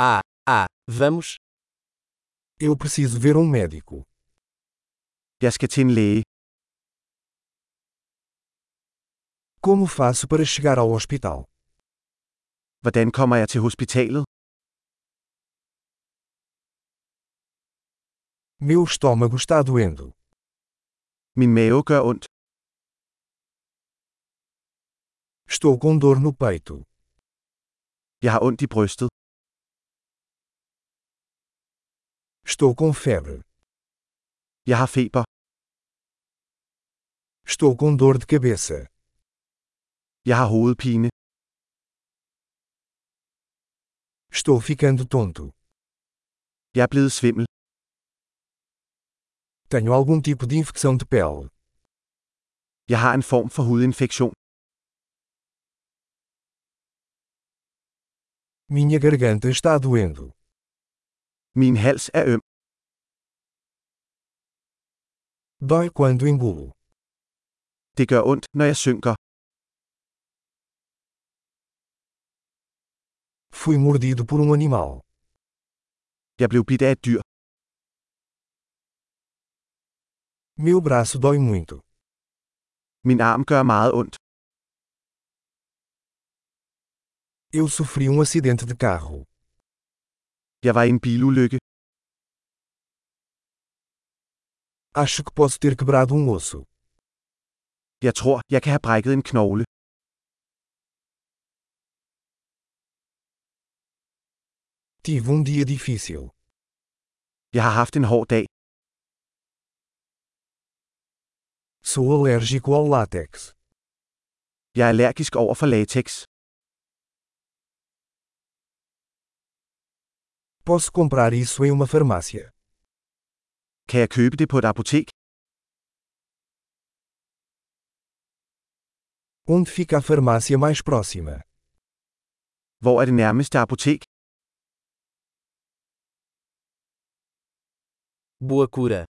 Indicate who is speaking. Speaker 1: Ah, ah, vamos.
Speaker 2: Eu preciso ver um médico.
Speaker 3: Jeg skal til en læge.
Speaker 2: Como faço para chegar ao hospital?
Speaker 3: Hvordan kommer jeg til hospitalet?
Speaker 2: Meu estômago está doendo.
Speaker 3: Min mave gør ondt.
Speaker 2: Estou com dor no peito.
Speaker 3: Jeg har ondt i brystet.
Speaker 2: Estou com febre.
Speaker 3: Jeg har feber.
Speaker 2: Estou com dor de cabeça.
Speaker 3: Jeg har hovedpine.
Speaker 2: Estou ficando tonto.
Speaker 3: Jeg er blevet svimmel.
Speaker 2: Tenho algum tipo de infecção de pele.
Speaker 3: Jeg har en form for hudinfektion.
Speaker 2: Minha garganta está doendo.
Speaker 3: Min hals er øm.
Speaker 2: Dói quando engulo.
Speaker 3: Det gør ondt, når jeg synker.
Speaker 2: Fui mordido por um animal.
Speaker 3: Jeg blev bidt af et dyr.
Speaker 2: Meu braço dói muito.
Speaker 3: Min arm gør meget ondt.
Speaker 2: Eu sofri um acidente de carro.
Speaker 3: Jeg var i en bilulykke.
Speaker 2: Acho que posso ter quebrado um osso.
Speaker 3: Jeg tror, jeg kan have brækket en knogle.
Speaker 2: Tive um dia difícil.
Speaker 3: Jeg har haft en hård dag.
Speaker 2: Sou alérgico ao látex.
Speaker 3: Jeg er allergisk over for latex.
Speaker 2: Posso comprar isso em uma farmácia.
Speaker 3: Kan jeg købe det på et apotek?
Speaker 2: Onde fica a farmácia mais próxima?
Speaker 3: Hvor er det nærmeste apotek?
Speaker 1: Boa cura.